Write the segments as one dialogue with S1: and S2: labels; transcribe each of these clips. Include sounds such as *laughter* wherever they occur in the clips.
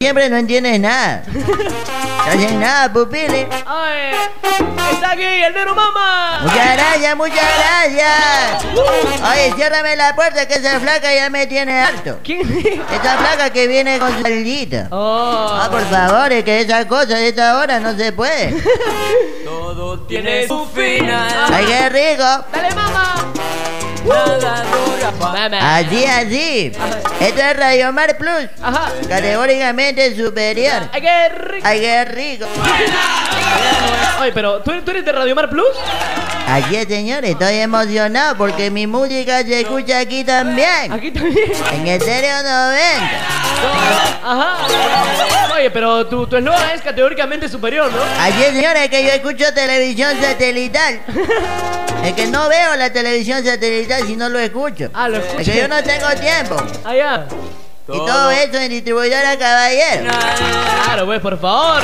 S1: Siempre no entiendes nada. No entiendes nada, pupile.
S2: ¡Ay! ¡Está aquí el Nero Mama!
S1: Muchas gracias, muchas gracias. Oye, ciérrame la puerta que esa flaca ya me tiene harto.
S2: ¿Quién?
S1: Esa flaca que viene con su salita. Ah,
S2: ¡Oh!
S1: por favor, es que esas cosas a esta hora no se puede.
S3: Todo tiene su final.
S1: Ay, Uh. qué rico.
S2: ¡Dale, mamá!
S3: Nada dura pa-
S2: ¡Mamá!
S1: Así, así. Esto es Radio Mar Plus.
S2: ¡Ajá!
S1: Categóricamente superior.
S2: ¡Ay, qué rico!
S1: Ay, qué rico.
S2: Oye, pero ¿tú, tú eres de Radio Mar Plus?
S1: Aquí, señores, estoy emocionado porque mi música se escucha aquí también.
S2: Aquí también.
S1: En Estéreo 90.
S2: Ajá. Oye, pero tu, tu eslogan es categóricamente superior, ¿no?
S1: Así, es, señores, que yo escucho televisión satelital. Es que no veo la televisión satelital si no lo escucho.
S2: Ah, lo
S1: Es que yo
S2: escuché.
S1: no tengo tiempo.
S2: Allá.
S1: Y todo eso en distribuidora caballero.
S2: Claro, pues, por favor.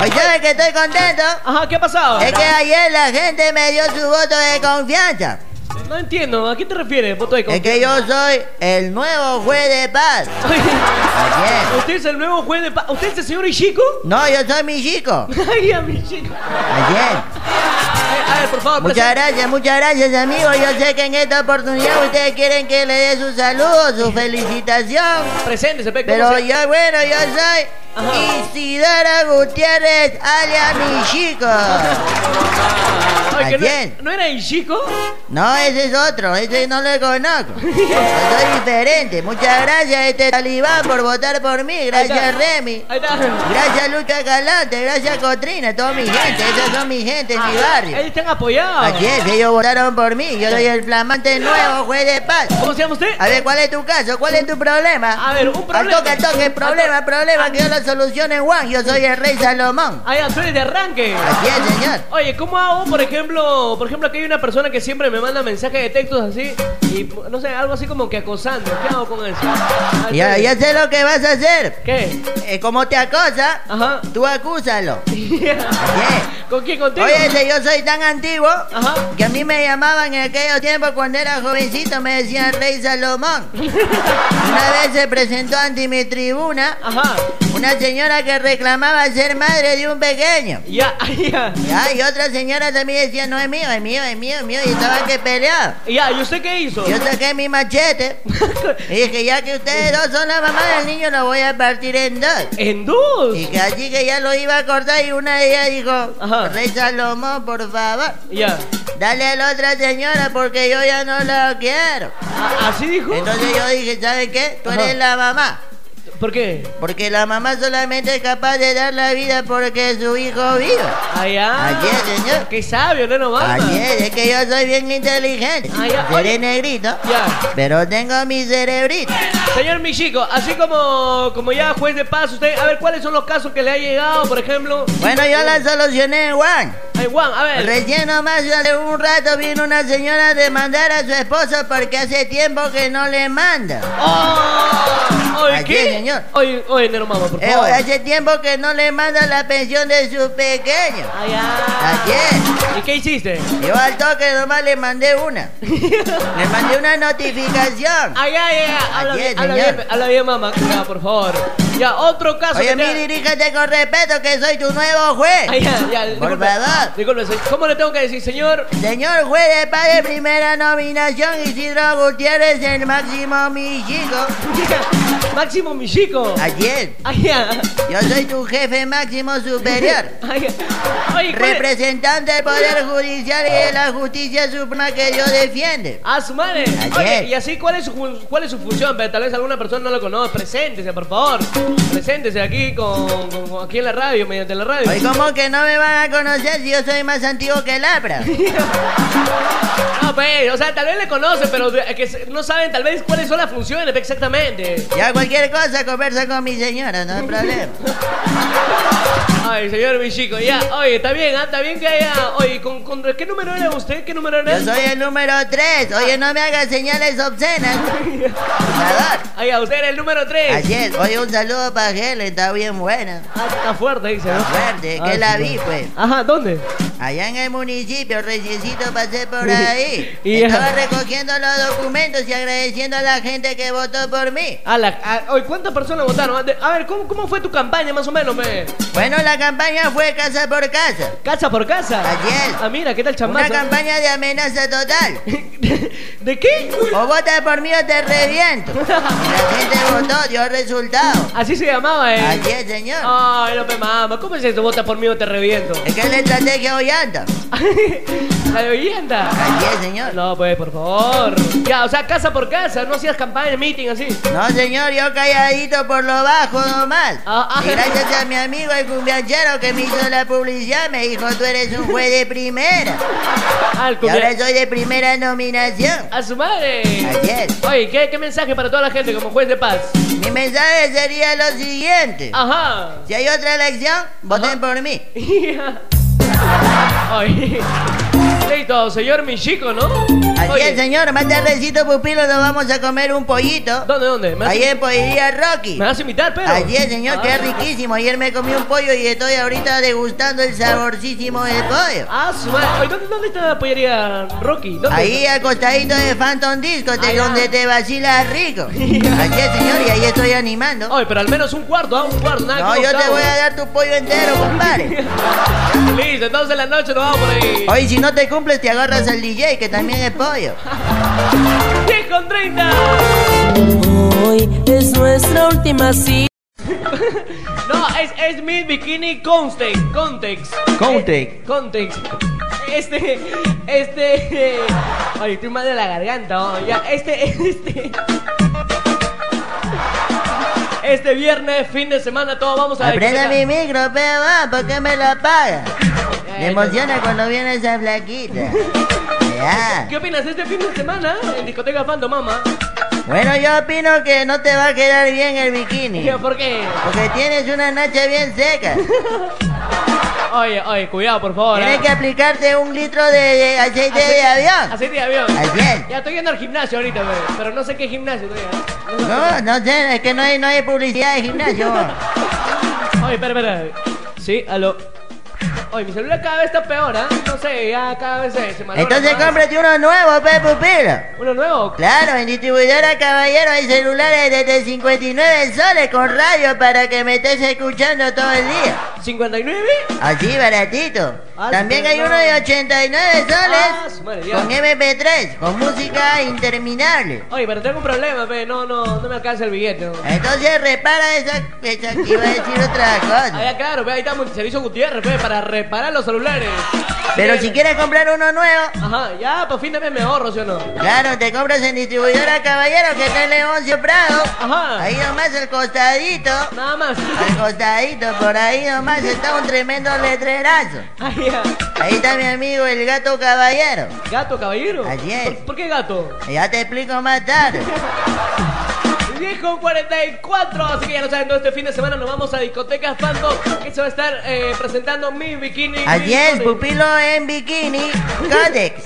S1: Hoy sabes que estoy contento.
S2: Ajá, ¿qué ha pasado?
S1: Es que ayer la gente me dio su voto de confianza.
S2: No entiendo, ¿a qué te refieres, voto de
S1: Es
S2: confianza?
S1: Eh, que yo soy el nuevo juez de paz.
S2: *laughs* Oye,
S1: Así es.
S2: ¿Usted es el nuevo juez de paz? ¿Usted es el señor Ishiko?
S1: No, yo soy mi chico.
S2: Ay, a mi chico.
S1: Así
S2: *laughs*
S1: es.
S2: A ver, por favor,
S1: Muchas gracias, muchas gracias amigos. Yo sé que en esta oportunidad ustedes quieren que le dé su saludo, su felicitación.
S2: preséntese, pe, ¿cómo
S1: Pero
S2: se-
S1: yo, bueno, yo soy
S2: Ajá.
S1: Isidora Gutiérrez, alias mi chico.
S2: Ay, que
S1: bien.
S2: no, ¿No era Ishiko?
S1: No, ese es otro, ese no lo
S2: *laughs*
S1: conozco. Yo soy diferente. Muchas gracias, este talibán, por votar por mí. Gracias, Remy.
S2: Ahí está.
S1: Gracias, Luca Galante. Gracias, Cotrina. Toda mi gente, esos son mi gente, mi barrio.
S2: Ahí están apoyados.
S1: Así es, ellos votaron por mí. Yo soy el flamante nuevo juez de paz.
S2: ¿Cómo se llama usted?
S1: A ver, ¿cuál es tu caso? ¿Cuál es tu problema?
S2: A ver, un problema.
S1: Al toque, al toque, problema, problema, que yo lo soluciono en Juan. Yo soy el rey Salomón.
S2: Ahí, tú eres de arranque.
S1: Así es, señor.
S2: Oye, ¿cómo hago, por ejemplo, por ejemplo, aquí hay una persona que siempre me manda mensajes de textos así y no sé, algo así como que acosando. ¿Qué hago con eso? Ah,
S1: *laughs* Ya,
S2: ¿qué?
S1: ya sé lo que vas a hacer.
S2: ¿Qué?
S1: Eh, como te acosa,
S2: Ajá. *laughs*
S1: tú acúsalo. ¿Qué?
S2: ¿Con quién contigo?
S1: Oye, ese yo soy tan antiguo
S2: Ajá. *laughs*
S1: que a mí me llamaban en aquellos tiempos cuando era jovencito, me decían Rey Salomón. Una vez se presentó ante mi tribuna
S2: Ajá.
S1: una señora que reclamaba ser madre de un pequeño.
S2: Ya, *laughs* ya.
S1: Ya, y otra señora también decía, no es mío, es mío, es mío, es mío, y estaban que pelear.
S2: Ya, ¿y usted qué hizo?
S1: Yo saqué mi machete y dije, ya que ustedes dos son la mamá del niño, lo voy a partir en dos.
S2: *laughs* en dos.
S1: Y que así que ya lo iba a cortar y una de ellas dijo,
S2: Ajá.
S1: Rey Salomón, por favor,
S2: Ya.
S1: dale a la otra señora porque yo ya no la quiero.
S2: A- ¿Así dijo?
S1: Entonces yo dije, ¿saben qué? Tú eres
S2: Ajá.
S1: la mamá.
S2: ¿Por qué?
S1: Porque la mamá solamente es capaz de dar la vida porque su hijo viva.
S2: Allá.
S1: Así es, señor.
S2: Ah. Qué sabio, Neno Mama.
S1: Así es, es que yo soy bien inteligente.
S2: Ah, ya.
S1: Seré
S2: Oye.
S1: negrito.
S2: Ya.
S1: Pero tengo mi cerebrito.
S2: Señor Michico, así como, como ya juez de paz, usted, a ver, ¿cuáles son los casos que le ha llegado, por ejemplo?
S1: Bueno, yo la solucioné, Juan.
S2: Ay, Juan, a ver.
S1: Recién nomás hace un rato vino una señora a demandar a su esposo porque hace tiempo que no le manda.
S2: ¡Oh! Oye,
S1: Aquí,
S2: ¿qué?
S1: señor.
S2: Oye, oye, Nero Mama, por
S1: Eh,
S2: favor.
S1: hace tiempo que no le manda la pensión de su pequeño.
S2: Ay, ah.
S1: Así es.
S2: ¿Y qué hiciste? *laughs*
S1: Yo al toque nomás le mandé una. Le mandé una notificación.
S2: Ay, ay, ay, habla
S1: Aquí,
S2: bien, habla
S1: señor.
S2: bien, habla bien, mamá, ya, por favor. Ya, otro caso
S1: Oye,
S2: que te-
S1: mi dirígete con respeto que soy tu nuevo
S2: Ay,
S1: juez.
S2: ya, ya,
S1: Por
S2: disculpe,
S1: favor.
S2: disculpe, se- ¿cómo le tengo que decir, señor?
S1: Señor juez de paz de primera nominación, Isidro Gutiérrez, el máximo mi chico.
S2: Máximo Michico.
S1: Ayer,
S2: Ay, ya.
S1: yo soy tu jefe máximo superior.
S2: Ay, ya. Oye, ¿cuál es?
S1: Representante del Poder Judicial y de la Justicia Suprema que Dios defiende.
S2: Ah, su madre.
S1: Ayer.
S2: Oye, y así, ¿cuál es su, fun- cuál es su función? Pero tal vez alguna persona no lo conoce. Preséntese, por favor. Preséntese aquí con, con- con- aquí en la radio, mediante la radio.
S1: Oye, ¿cómo que no me van a conocer si yo soy más antiguo que Labra?
S2: No, pues, o sea, tal vez le conocen, pero de- que se- no saben tal vez cuáles son las funciones pe, exactamente.
S1: Ya cualquier cosa conversa con mi señora, no hay problema.
S2: Ay, señor Michico, ya. Oye, está bien, ah, está bien que haya. Oye, ¿con, con- qué número era usted? ¿Qué número era?
S1: Yo soy el número 3. Oye, no me hagas señales obscenas. Por favor.
S2: Ay, a usted era el número 3.
S1: Así es. Oye, un saludo para Helen, está bien buena.
S2: Ah, está fuerte, dice, ¿no?
S1: Fuerte, que
S2: Ah,
S1: la
S2: sí,
S1: vi,
S2: bueno.
S1: pues.
S2: Ajá, ¿dónde?
S1: Allá en el municipio, recicito pasé por ahí.
S2: *laughs* Y-
S1: Estaba recogiendo los documentos y agradeciendo a la gente que votó por mí.
S2: A la, a- oye, ¿Cuántas personas votaron? A de- A ver, ¿cómo, cómo fue tu campaña más o menos? Me?
S1: Bueno, la campaña fue casa por casa.
S2: ¿Casa por casa?
S1: Así es.
S2: Ah, mira, ¿qué tal
S1: Una
S2: chamazo?
S1: campaña de amenaza total.
S2: *laughs* ¿De qué? *laughs*
S1: O votas por mí o te reviento. La gente votó, dio resultado.
S2: Así se llamaba, eh.
S1: Así es, señor.
S2: Ay, no me mama. ¿Cómo es esto? Vota por mí o te reviento.
S1: Es que la estrategia hoy anda.
S2: *laughs* La de hoy anda.
S1: Así es, señor.
S2: No, pues, por favor. Ya, o sea, casa por casa. No hacías campaña, meeting, así.
S1: No, señor, yo calladito por lo bajo nomás.
S2: Ah, ah.
S1: Y gracias a mi amigo el cumbianchero que me hizo la publicidad, me dijo, tú eres un juez de primera.
S2: Al
S1: Y ahora soy de primera nominación.
S2: A su madre.
S1: Así es.
S2: Oye, ¿qué, ¿qué mensaje para toda la gente como juez de paz?
S1: Mi mensaje sería lo siguiente. *laughs*
S2: Ajá.
S1: Si hay otra elección, voten por mí.
S2: Oye. Listo, señor Michico, ¿no?
S1: Así
S2: Oye,
S1: es, señor. Más tardecito, pupilo, nos vamos a comer un pollito.
S2: ¿Dónde, dónde? ¿Me vas,
S1: Ahí en Pollería Rocky.
S2: me vas a invitar, pero? Ah.
S1: Así es, señor, que es riquísimo. Ayer me comí un pollo y estoy ahorita degustando el saborcísimo del pollo.
S2: Ah, su madre. Oye, ¿dónde, dónde está la pollería Rocky? ¿Dónde?
S1: Ahí al costadito de Phantom Disco,
S2: Ah, ya.
S1: donde te vacilas rico.
S2: *laughs*
S1: Así es, señor, y ahí estoy animando.
S2: Oye, pero al menos un cuarto, ¿ah? Un cuarto, Oh, nada.
S1: No,
S2: que
S1: yo te
S2: buscar.
S1: voy a dar tu pollo entero, compadre.
S2: Listo, entonces en la noche nos vamos por ahí.
S1: Hoy si no te cumples, te agarras al DJ, que también es
S2: *laughs*
S1: pollo.
S2: 10 con 30.
S3: Hoy es nuestra última cita.
S2: No, es, es mi bikini context. Context.
S4: Context.
S2: Context. Este, este. Ay, estoy mal de la garganta. oh, ya, este, este. Este viernes, fin de semana, todos vamos a
S1: Aprenda mi
S2: discoteca.
S1: micro, pero va, ¿por qué me lo apagas?
S2: Ay,
S1: Me emociona cuando viene esa flaquita. Ya.
S2: ¿Qué opinas de este fin de semana en discoteca Fando Mama?
S1: Bueno, yo opino que no te va a quedar bien el bikini.
S2: ¿Por qué?
S1: Porque tienes una nacha bien seca.
S2: Oye, oye, cuidado, por favor.
S1: Tienes
S2: ¿eh?
S1: que aplicarte un litro de, de aceite de avión.
S2: Aceite de avión.
S1: Así es.
S2: Ya estoy yendo al gimnasio ahorita, pero, pero no sé qué gimnasio todavía. No sé.
S1: No, no sé, es que no hay, no hay publicidad de gimnasio.
S2: Oye, espera, espera. Sí, aló. Oye, mi celular cada vez está peor, ¿ah? No sé, ya cada vez se, se malora
S1: Entonces
S2: más.
S1: cómprate uno nuevo, pe pupilo.
S2: ¿Uno nuevo?
S1: Claro, en distribuidora caballero hay celulares desde 59 soles con radio para que me estés escuchando todo el día.
S2: ¿59?
S1: Así baratito.
S2: Ah,
S1: También hay
S2: no.
S1: uno de 89
S2: Ah, su
S1: soles
S2: madre, ya.
S1: con MP3, con música interminable.
S2: Oye, pero tengo un problema, pe. No, no, no me alcanza el billete. no.
S1: Entonces repara esa, esa iba a decir otra
S2: Ah,
S1: cosa.
S2: ya, claro, pe. Ahí está Servicio Gutiérrez, pe, para reparar los celulares.
S1: Pero
S2: Bien.
S1: si quieres comprar uno nuevo,
S2: Ajá, ya, pues fin de mes me ahorro, ¿sí o no?
S1: Claro, te compras en distribuidora caballero que está en Leoncio Prado.
S2: Ajá.
S1: Ahí nomás al costadito.
S2: Nada más.
S1: Al costadito, por ahí nomás está un tremendo letrerazo.
S2: *laughs* Ay, ya.
S1: Ahí está mi amigo el gato caballero.
S2: ¿Gato, caballero?
S1: Así es.
S2: ¿Por, por qué gato?
S1: Ya te explico más tarde.
S2: 10 con 44, así que ya lo saben, todo este fin de semana nos vamos a discotecas Phantom, que se va a estar eh, presentando mi bikini.
S1: Allí es,
S2: Mi
S1: pupilo en bikini, códex.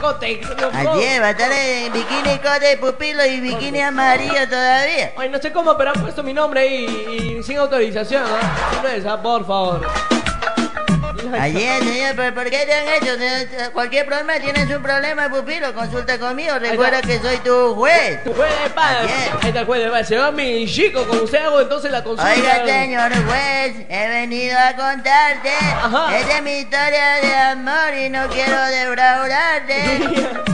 S2: Cotex, no, no.
S1: Allí es, va a estar en bikini, códex, pupilo y bikini amarillo todavía.
S2: Ay, no sé cómo, pero han puesto mi nombre ahí y sin autorización, ¿ah? Sí, No es, ah, por favor.
S1: Allí es, señor, pero ¿por qué te han hecho? Cualquier problema, tienes un problema, pupilo, consulta conmigo. Recuerda que soy tu juez.
S2: Tu juez de paz.
S1: Así es.
S2: Ahí está el juez de paz. Se va mi chico, con usted hago entonces la consulta.
S1: Oiga, señor juez, he venido a contarte.
S2: Ajá.
S1: Esta es mi historia de amor y no quiero defraudarte.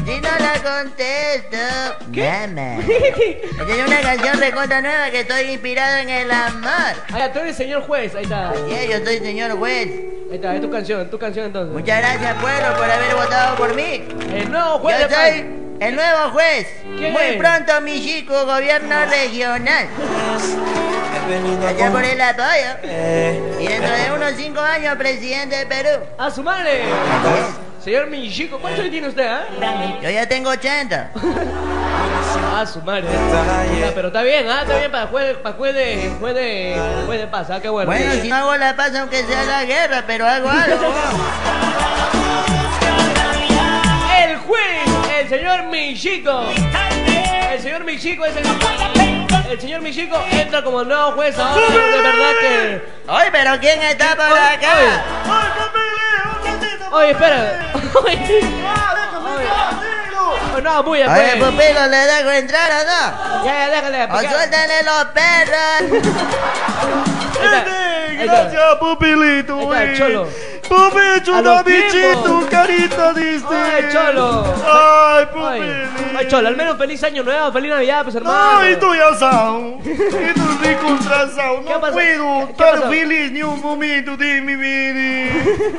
S1: si no la contesto, meme. Esta es una canción recontra nueva que estoy inspirado en el amor.
S2: Ahí está, tú eres señor juez, ahí está. Ahí
S1: Sí, yo soy señor juez.
S2: está, es tu canción, tu canción entonces.
S1: Muchas gracias, pueblo, por haber votado por mí.
S2: El nuevo
S1: Yo
S2: juez de paz.
S1: soy el nuevo juez.
S2: pues. ¿Quién
S1: Muy
S2: es?
S1: pronto, mi chico, gobierno regional.
S4: He venido a
S1: Gracias por el apoyo.
S4: Eh,
S1: Y dentro de unos cinco años, presidente de Perú.
S2: A su madre.
S1: Así es.
S2: Señor Michico, ¿cuánto le tiene usted, ah?
S1: Yo ya tengo 80.
S2: Ah, su madre.
S4: Detalle.
S2: Ah, pero está bien, ah, está bien para juez, para juez de, juez de, juez de paz, ah, qué bueno.
S1: Bueno, si no hago la paz, aunque sea la guerra, pero hago algo.
S2: El juez, el señor Michico. El señor Michico es el... El señor Michico entra como nuevo juez ahora, de verdad que...
S1: Oye, pero ¿quién está por
S2: Oye,
S1: acá?
S2: oye. Oye, espera. *laughs* Oye. Oye. No, muy
S1: A ver,
S2: después.
S1: pupilo, ¿le dejo entrar o
S2: Ya, ya,
S4: Ah,
S2: déjale.
S1: no? ¡O
S2: picar.
S1: suéltale los perros!
S2: Ahí está, ahí está.
S4: pupilito.
S2: Ahí está, cholo.
S4: Pupi,
S2: A los tiempos.
S4: carita diste.
S2: Ay, cholo.
S4: Ay,
S2: Ay, ay, cholo, al menos feliz año nuevo, feliz Navidad, pues hermano.
S4: Ay,
S2: *laughs*
S4: tu asado, y tu rico ultrasado,
S2: ¿Qué
S4: no
S2: pasó?
S4: puedo
S2: ¿Qué
S4: estar
S2: pasó?
S4: feliz ni un momento de mi vida.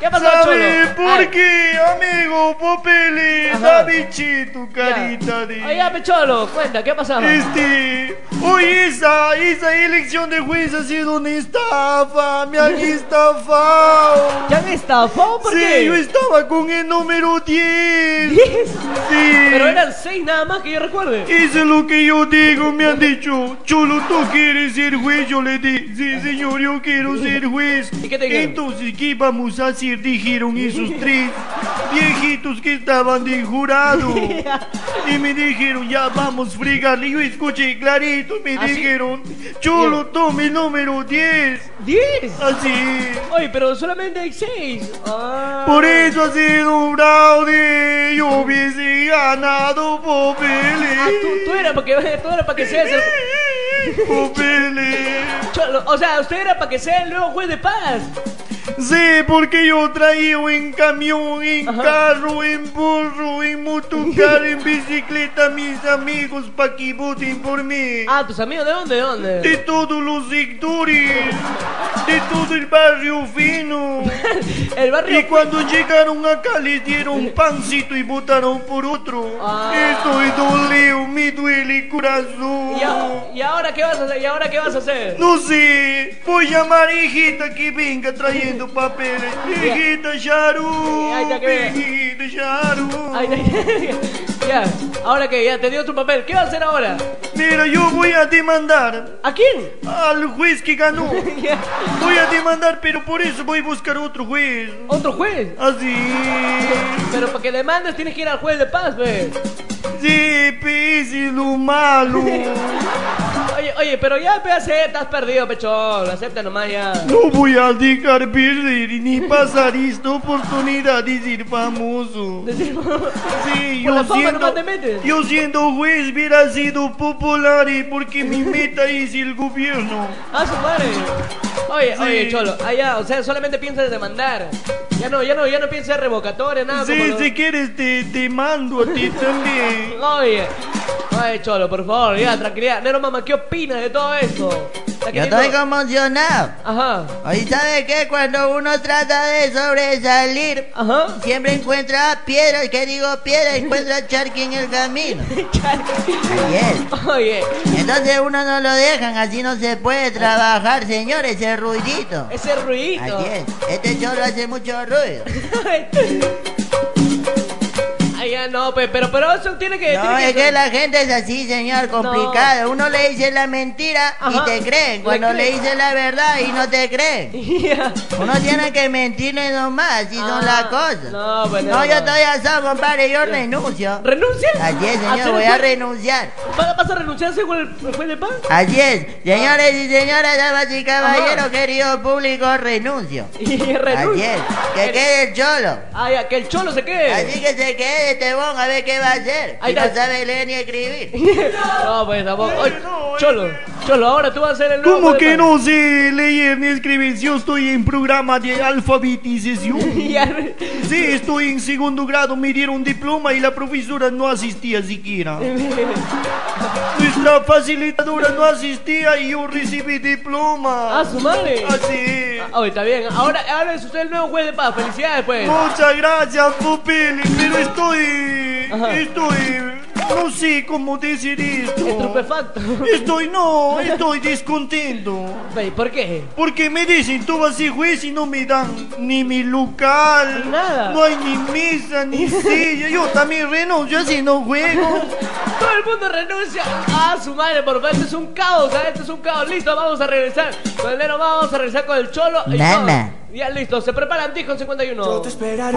S2: ¿Qué pasó,
S4: ¿Sabes
S2: cholo? Eh. Ah.
S4: por
S2: Ay,
S4: qué, amigo Popeli?
S2: Ajá.
S4: David Chi, tu
S2: ya.
S4: carita de...
S2: Ay, ya, pecholo, cuenta, ¿qué ha pasado?
S4: Este, oye, esa, esa elección de juez ha sido una estafa,
S2: *laughs*
S4: me han estafado.
S2: ¿Te han estafado? ¿Por
S4: sí,
S2: qué?
S4: yo estaba con el número 10.
S2: Diez.
S4: Sí.
S2: *laughs* Pero eran seis nada más que yo recuerde.
S4: Eso es lo que yo digo, me han dicho. Cholo, tú quieres ser juez. Yo le dije, sí, señor, yo quiero ser juez.
S2: ¿Y qué te dijeron?
S4: Entonces, ¿qué vamos a hacer? Dijeron esos tres viejitos que estaban de jurado. Y me dijeron, ya vamos, fregarle. Yo escuché clarito, me
S2: ¿Ah, sí?
S4: dijeron, Cholo, tome el número 10.
S2: ¿Diez?
S4: Así es.
S2: Oye, pero solamente hay seis. Ah.
S4: Por eso ha sido un fraude. Yo hubiese ganado papeles.
S2: Ah, tú, tú era para que, tú era para que seas el...
S4: Papeles.
S2: Cholo, o sea, usted era para que sea el nuevo juez de paz.
S4: Sí, porque um yo traía en camión, en
S2: Ajá.
S4: carro, en burro, en motocar, en bicicleta a mis amigos para que voten por mí.
S2: Ah, tus amigos, ¿de dónde? ¿De
S4: De
S2: dónde?
S4: todos los sectores, de todo el barrio fino.
S2: El
S4: Y
S2: barrio...
S4: cuando llegaron acá les dieron um pancito y votaron por otro.
S2: Ah.
S4: Esto es doleo, me duele el corazón.
S2: ¿Y, a- y ahora qué vas a hacer? ¿Y ahora qué vas a hacer?
S4: No sé, voy a llamar a hijita que venga trayendo papeles. Hijita Sharu,
S2: Ay, ya que venga.
S4: hijita Sharu.
S2: Ay, *laughs* ay, ay, ya, ahora que ya te dio tu papel, ¿qué vas a hacer ahora?
S4: Mira, yo voy a demandar
S2: ¿A quién? *laughs*
S4: al juez que ganó.
S2: Ya,
S4: Voy a demandar, pero por eso voy a buscar otro juez.
S2: Otro juez.
S4: Así.
S2: Pero para que demandes tienes que ir al juez de paz, pues.
S4: Sí, pese lo malo.
S2: Oye, oye, pero ya pe, acepta, has perdido, pechón. Acepta nomás
S4: *laughs*
S2: ya.
S4: No voy a dejar perder ni pasar esta oportunidad de ser famoso. Sí,
S2: Por
S4: yo
S2: la fama
S4: siendo,
S2: nomás te metes.
S4: yo siendo juez hubiera sido popular y
S2: *laughs*
S4: porque mi meta es el gobierno.
S2: A su madre. Oye,
S4: Sí.
S2: oye, cholo, allá, o sea, solamente piensas en demandar. Ya no, ya no, ya no piensas en revocatoria, nada. como
S4: Sí,
S2: lo-
S4: si quieres te, te mando a ti
S2: *laughs*
S4: también.
S2: Oye, oye, cholo, por favor, ya, tranquilidad. Nero, mamá, ¿qué opinas de todo esto? ¿Está
S1: Yo
S2: queriendo-
S1: estoy conmocionado.
S2: Ajá,
S1: Oye, ¿sabe qué? Cuando uno trata de sobresalir,
S2: ajá. *laughs*
S1: siempre encuentra piedras. ¿Qué digo piedras? Encuentra charqui en el camino. Así es.
S2: Oye,
S1: Entonces uno no lo dejan, así no se puede trabajar, señores, ese ruidito.
S2: ese ruidito.
S1: Así es. Este chorro hace mucho ruido.
S2: *laughs* Ay, ya no, pe- pero, pero eso tiene que. *laughs*
S1: No,
S2: tiene
S1: es que la gente es así, señor, complicada. Uno le dice la mentira
S2: Ajá.
S1: y te creen.
S2: Le
S1: Cuando le
S2: creen.
S1: dice la verdad y no te creen.
S2: Ya.
S1: Uno tiene que mentirle nomás, así
S2: Ah,
S1: son las cosas.
S2: no, pues,
S1: No,
S2: no.
S1: yo estoy asado, compadre, yo renuncio.
S2: ¿Renuncias?
S1: Así es,
S2: ¿A ser
S1: señor, voy
S2: el
S1: a
S2: juez-
S1: renunciar.
S2: ¿Va- ¿Vas a renunciar según el, el juez de paz? *laughs*
S1: Así es, señores y señoras, damas y caballeros,
S2: Ah. Ajá.
S1: querido público, renuncio.
S2: Y
S1: Así
S2: renuncia.
S1: es, que
S2: El-
S1: quede el cholo.
S2: Ay, ya, que el cholo se quede.
S1: Así que se quede este bon a ver qué va a hacer.
S2: Eh. Ahí
S1: Si
S2: está.
S1: no sabe leer ni escribir.
S2: no, pues tampoco. Oye,
S4: no,
S2: cholo, cholo, ahora tú vas a ser el nuevo.
S4: ¿Cómo
S2: juez de
S4: que
S2: paz.
S4: no sé leer ni escribir si yo estoy en programa de
S2: *laughs*
S4: alfabetización?
S2: Ya,
S4: Sí, estoy en segundo grado, me dieron diploma y la profesora no asistía siquiera.
S2: Eh.
S4: Nuestra facilitadora no asistía y yo recibí diploma.
S2: A su madre.
S4: Así es.
S2: Oye, está bien. Ahora, ahora es usted el nuevo juez de paz. Felicidades, pues.
S4: Muchas gracias, Popeli, pero estoy.
S2: Ajá.
S4: Estoy. No sé cómo decir esto.
S2: Estupefacto.
S4: Estoy, no, estoy descontento.
S2: Ve, ¿Por qué?
S4: Porque me dicen, tú vas a ser juez y no me dan ni mi local.
S2: Nada.
S4: No hay ni mesa,
S2: *laughs*
S4: ni silla. Yo también renuncio, así no juego.
S2: Todo el mundo renuncia a su madre, por favor. Esto es un caos, ¿sabes? Esto es un caos. Listo, vamos a regresar. Con el Nero vamos a regresar con el cholo. y
S1: Nana.
S2: todo. Ya listo, se preparan disco 51.
S5: Yo te esperaré,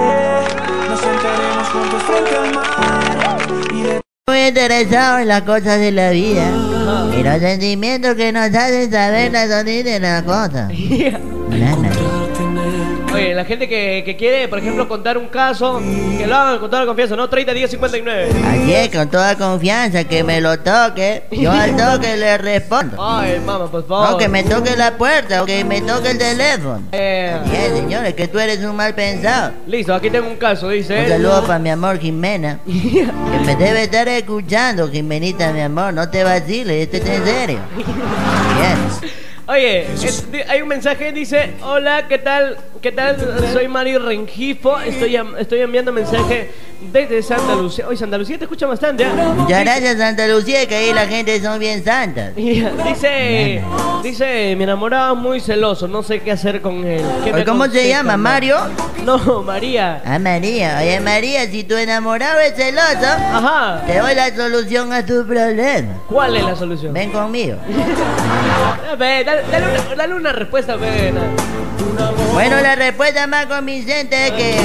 S5: nos sentaremos juntos frente al mar y de
S1: Muy interesado en las cosas de la vida
S2: Ah,
S1: y los
S2: *laughs*
S1: sentimientos que nos hacen saber la sonido de las cosas.
S2: Ya.
S1: Nana.
S5: encontrarte en el
S2: Oye, la gente que, que quiere, por ejemplo, contar un caso, que lo hagan con toda la confianza, ¿no? 30, 10, 59.
S1: Así es, con toda confianza, que me lo toque. Yo al toque le respondo.
S2: Ay, mamá, por favor.
S1: No, que me toque la puerta o que me toque el teléfono.
S2: Eh,
S1: Bien, señores, que tú eres un mal pensado.
S2: listo, aquí tengo un caso, dice.
S1: Un saludo para mi amor
S2: *laughs*
S1: Jimena. Que me debe estar escuchando, Jimenita, mi amor. No te vaciles, esto es en serio. Bien.
S2: Oye, es- di- hay un mensaje dice, hola, ¿qué tal? ¿Qué tal? Soy Mario Rengifo, estoy, am- estoy enviando mensaje desde Santa Lucía. Oye, Santa Lucía te escucha bastante, ¿ah?
S1: Muchas
S2: *laughs*
S1: gracias, Santa Lucía, que ahí la gente son bien santas.
S2: Dice, dice, mi enamorado es muy celoso, no sé qué hacer con él. ¿Qué me
S1: ¿Cómo se
S2: aconsejas,
S1: llama,
S2: ma-?"
S1: Mario?
S2: No, María.
S1: Ah, María. Oye, María, si tu enamorado es celoso,
S2: Ajá.
S1: te doy la solución a tu problema.
S2: ¿Cuál es la solución?
S1: Ven conmigo.
S2: Ah, ve, dale, dale una, dale una respuesta, pues, pena.
S1: Bueno, la respuesta más convincente es que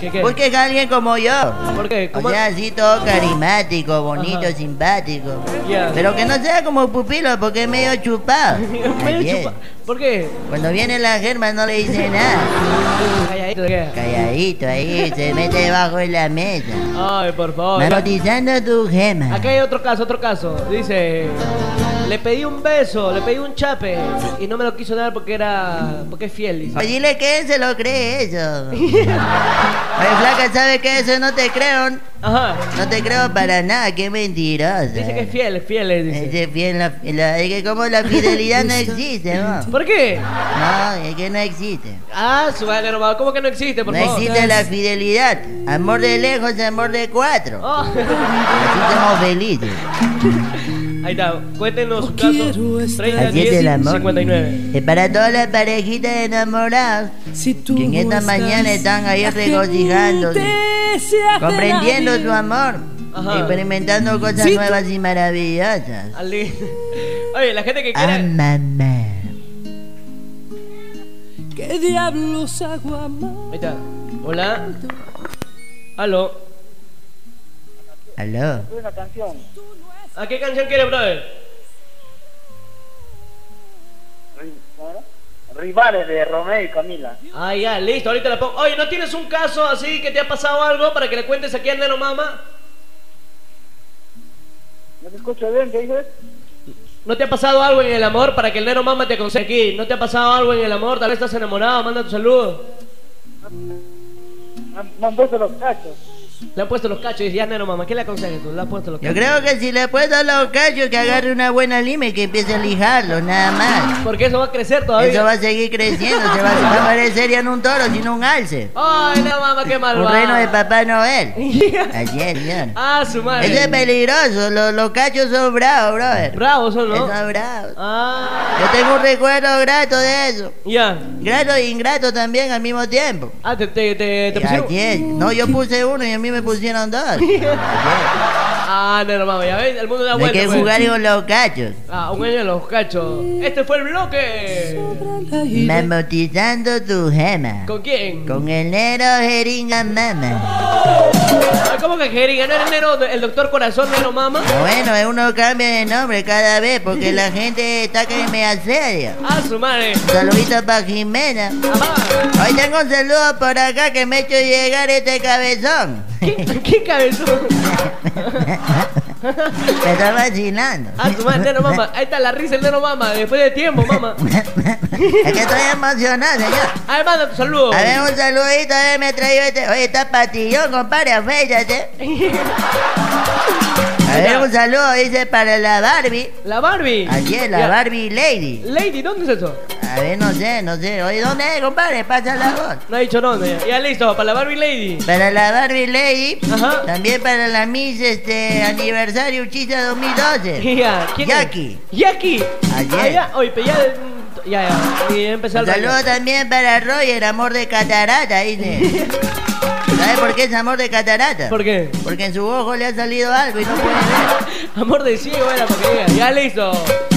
S2: ¿Qué, qué?
S1: busques a alguien como yo.
S2: ¿Por qué?
S1: O
S2: ¿Cómo? *laughs*
S1: sea, así todo carismático, bonito,
S2: Ajá.
S1: simpático.
S2: Ya.
S1: Pero que no sea como pupilo, porque es medio chupado.
S2: *laughs* Medio
S1: Así es.
S2: chupa- ¿Por qué?
S1: Cuando viene la germa no le dice nada.
S2: Calladito, ¿qué?
S1: Calladito ahí, se mete debajo de la mesa.
S2: Ay, por favor.
S1: Marotizando tu gema.
S2: Oh, Acá hay otro caso, otro caso. Dice, le pedí un beso, le pedí un chape y no me lo quiso dar porque era porque es fiel,
S1: Pues
S2: dice.
S1: dile que él se lo cree
S2: *laughs*
S1: eso. Oye, flaca, ¿sabes qué? Eso no te creo.
S2: Ajá.
S1: No te creo para nada, qué mentirosa.
S2: Dice que es fiel, es fiel, eh, dice.
S1: Ese fiel, la- la- es que como la fidelidad
S2: *laughs*
S1: no existe, ¿no?
S2: ¿Por qué?
S1: No, es que no existe.
S2: Ah, su madre, hermano, ¿cómo que no existe, por
S1: No
S2: favor?
S1: existe la fidelidad. Amor de lejos, amor de cuatro.
S2: Oh.
S1: Así somos felices.
S2: *laughs* Ahí está, cuéntenos su caso. 30,
S1: Así es el
S2: 10,
S1: amor.
S2: 59.
S1: Es para todas las parejitas de
S2: *laughs*
S1: enamorados
S3: Si tú
S1: que en esta
S3: no
S1: mañana
S3: estás,
S1: están ahí
S3: la
S1: regocijándose,
S3: gente se hace
S1: comprendiendo
S3: la
S1: su amor,
S2: Ajá.
S1: experimentando cosas
S3: Sí, tú-
S1: nuevas y maravillosas.
S2: Ali. Oye, la gente que
S1: Ah,
S2: quiere...
S1: mamá.
S3: ¿Qué diablos hago, amor?
S2: Ahí está. Hola. Aló.
S1: Aló.
S2: ¿A qué canción quiere, brother?
S6: Rivales de Romeo y Camila.
S2: Ah, ya, listo, ahorita la pongo. Oye, ¿no tienes un caso así que te ha pasado algo para que le cuentes aquí a Neno Mama?
S6: ¿No te escucho bien, qué dices?
S2: ¿No te ha pasado algo en el amor para que el nero mama te aconseje aquí? ¿No te ha pasado algo en el amor? Tal vez estás enamorado, manda tu saludo.
S6: Me han- Me han puesto los cachos.
S2: Le han puesto los cachos y dice, ya nero mama, ¿qué le aconsejas tú? Le has puesto los
S1: Yo
S2: cachos.
S1: creo que si le puedo dar los cachos, que agarre una buena lima y que empiece a lijarlo, nada más.
S2: Porque eso va a crecer
S1: Eso
S2: todavía.
S1: va a seguir creciendo, se va, va a parecer ya no un toro, sino un alce.
S2: Ay, nero mama, qué mal
S1: Un
S2: va.
S1: reino de Papá Noel. Así es, señor.
S2: *laughs* ah, su madre.
S1: Eso es peligroso, los, los cachos son bravos, brother.
S2: Bravo, son, ¿no?
S1: Son bravos.
S2: Ah,
S1: Yo tengo un recuerdo grato de eso.
S2: ya.
S1: Grato e ingrato también al mismo tiempo.
S2: Ah, te, te, te, te pusieron.
S1: Así es. No, yo puse uno y a mí me pusieron
S2: *laughs*
S1: dos. Así es.
S2: Ah, nero mama, ya ves, el mundo da
S1: No hay
S2: vuelta.
S1: que
S2: pues.
S1: jugar con los cachos.
S2: Ah, un año de los cachos. Este fue el bloque.
S1: Mamotizando tu gema.
S2: ¿Con quién?
S1: Con el negro jeringa mama.
S2: Ah, ¿Cómo que jeringa? ¿No era el nero, el doctor corazón, nero mama?
S1: Bueno, uno cambia de nombre cada vez porque la gente está que me asedia.
S2: Ah, su madre.
S1: Saludito para Jimena.
S2: Ah.
S1: Hoy tengo un saludo por acá que me ha hecho llegar este cabezón.
S2: *laughs* ¿Qué, qué cabezón? *laughs*
S1: Me está vacilando.
S2: Ah, tu madre, neno mama. Ahí está la risa del neno mama. Después de tiempo, mama.
S1: Es que estoy emocionado, señor.
S2: Además, manda tu saludo.
S1: A ver, un saludito, a ver, me traído este. Oye, está patillón, compadre, aféchate. A ver, un saludo, dice, para la Barbie.
S2: La Barbie.
S1: Aquí es la
S2: Ya.
S1: Barbie Lady.
S2: Lady, ¿dónde es eso?
S1: A ver, no sé, no sé. Oye, ¿dónde es, compadre? Pasa la voz.
S2: No ha dicho dónde. Ya, Ya, listo, para la Barbie Lady.
S1: Para la Barbie Lady.
S2: Ajá.
S1: También para la Miss este, Aniversario Uchisa
S2: *laughs*
S1: 2012.
S2: Ya, ¿quién es?
S1: Jackie.
S2: Jackie.
S1: Ayer.
S2: Ah, ya. Oye, pero ya. mm, Ya, ya. Y empezar
S1: Un saludo también para Roger, amor de catarata,
S2: *laughs*
S1: dice. ¿Sabe por qué es amor de catarata?
S2: ¿Por qué?
S1: Porque
S2: *laughs*
S1: en su ojo le ha salido algo y no puede ver.
S2: Amor de ciego era porque ya. Ya, listo.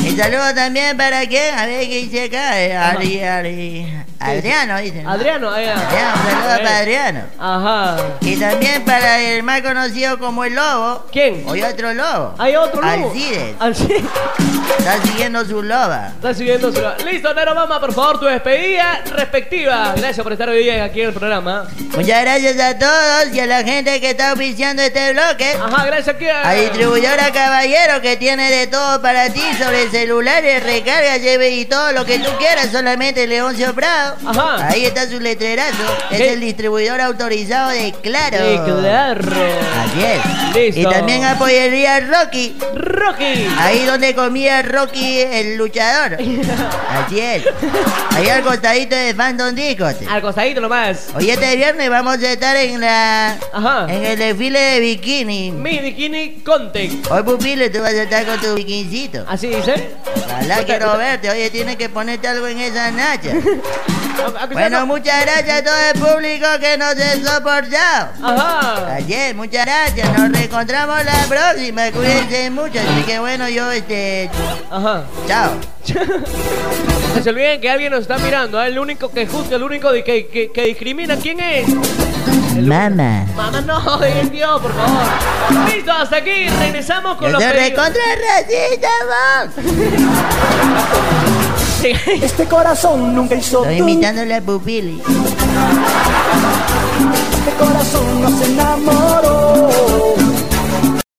S1: El saludo también para quién, a ver qué dice acá. eh, Ari, Ari- Adriano, dicen. ¿no?
S2: Adriano, ahí
S1: Adriano, un saludo
S2: Ahí.
S1: para Adriano.
S2: Ajá.
S1: Y también para el más conocido como el lobo.
S2: ¿Quién?
S1: Hoy otro lobo.
S2: Hay otro lobo.
S1: Alcides.
S2: Alcides.
S1: Está siguiendo su loba.
S2: Está siguiendo su... Listo, Nero Mama, por favor, tu despedida respectiva. Gracias por estar hoy día aquí en el programa.
S1: Muchas gracias a todos y a la gente que está oficiando este bloque.
S2: Ajá, gracias, que
S1: A distribuidora Caballero que tiene de todo para ti sobre celulares, recarga, lleve y todo lo que tú quieras, solamente Leoncio Prado.
S2: Ajá.
S1: Ahí está su letrerazo. Es
S2: ¿Qué?
S1: el distribuidor autorizado de Claro.
S2: Sí, claro.
S1: Así es.
S2: Listo.
S1: Y también apoyería Rocky,
S2: Rocky.
S1: ahí donde comía Rocky el
S2: *laughs*
S1: luchador. Así es. Ahí al costadito de Phantom Discote.
S2: Al costadito nomás.
S1: Hoy este viernes vamos a estar en la
S2: Ajá.
S1: en el desfile de bikini.
S2: Mi bikini content.
S1: Hoy pupilo, tú vas a estar con tu bikincito.
S2: Así dice.
S1: Ojalá quiero verte. Oye, tienes que ponerte algo en esa nacha.
S2: A- a-
S1: Bueno, muchas gracias a todo el público que nos ha soportado.
S2: Ajá.
S1: Ayer, muchas gracias. Nos reencontramos la próxima. Cuídense mucho. Así que bueno, yo este.
S2: Ajá.
S1: Chao.
S2: No se olviden que alguien nos está mirando. ¿eh? El único que juzga, el único de que, que, que discrimina. ¿Quién es?
S1: Mamá.
S2: Mamá, no, *laughs* Dios, Dios, por favor. Listo, hasta aquí. Regresamos con
S1: Yo
S2: los
S1: soy
S2: pedidos.
S1: recontra racista, vos.
S2: Sí.
S5: Este corazón nunca hizo
S1: Estoy
S5: tú.
S1: imitando a la pupili.
S5: Este corazón no se enamoró.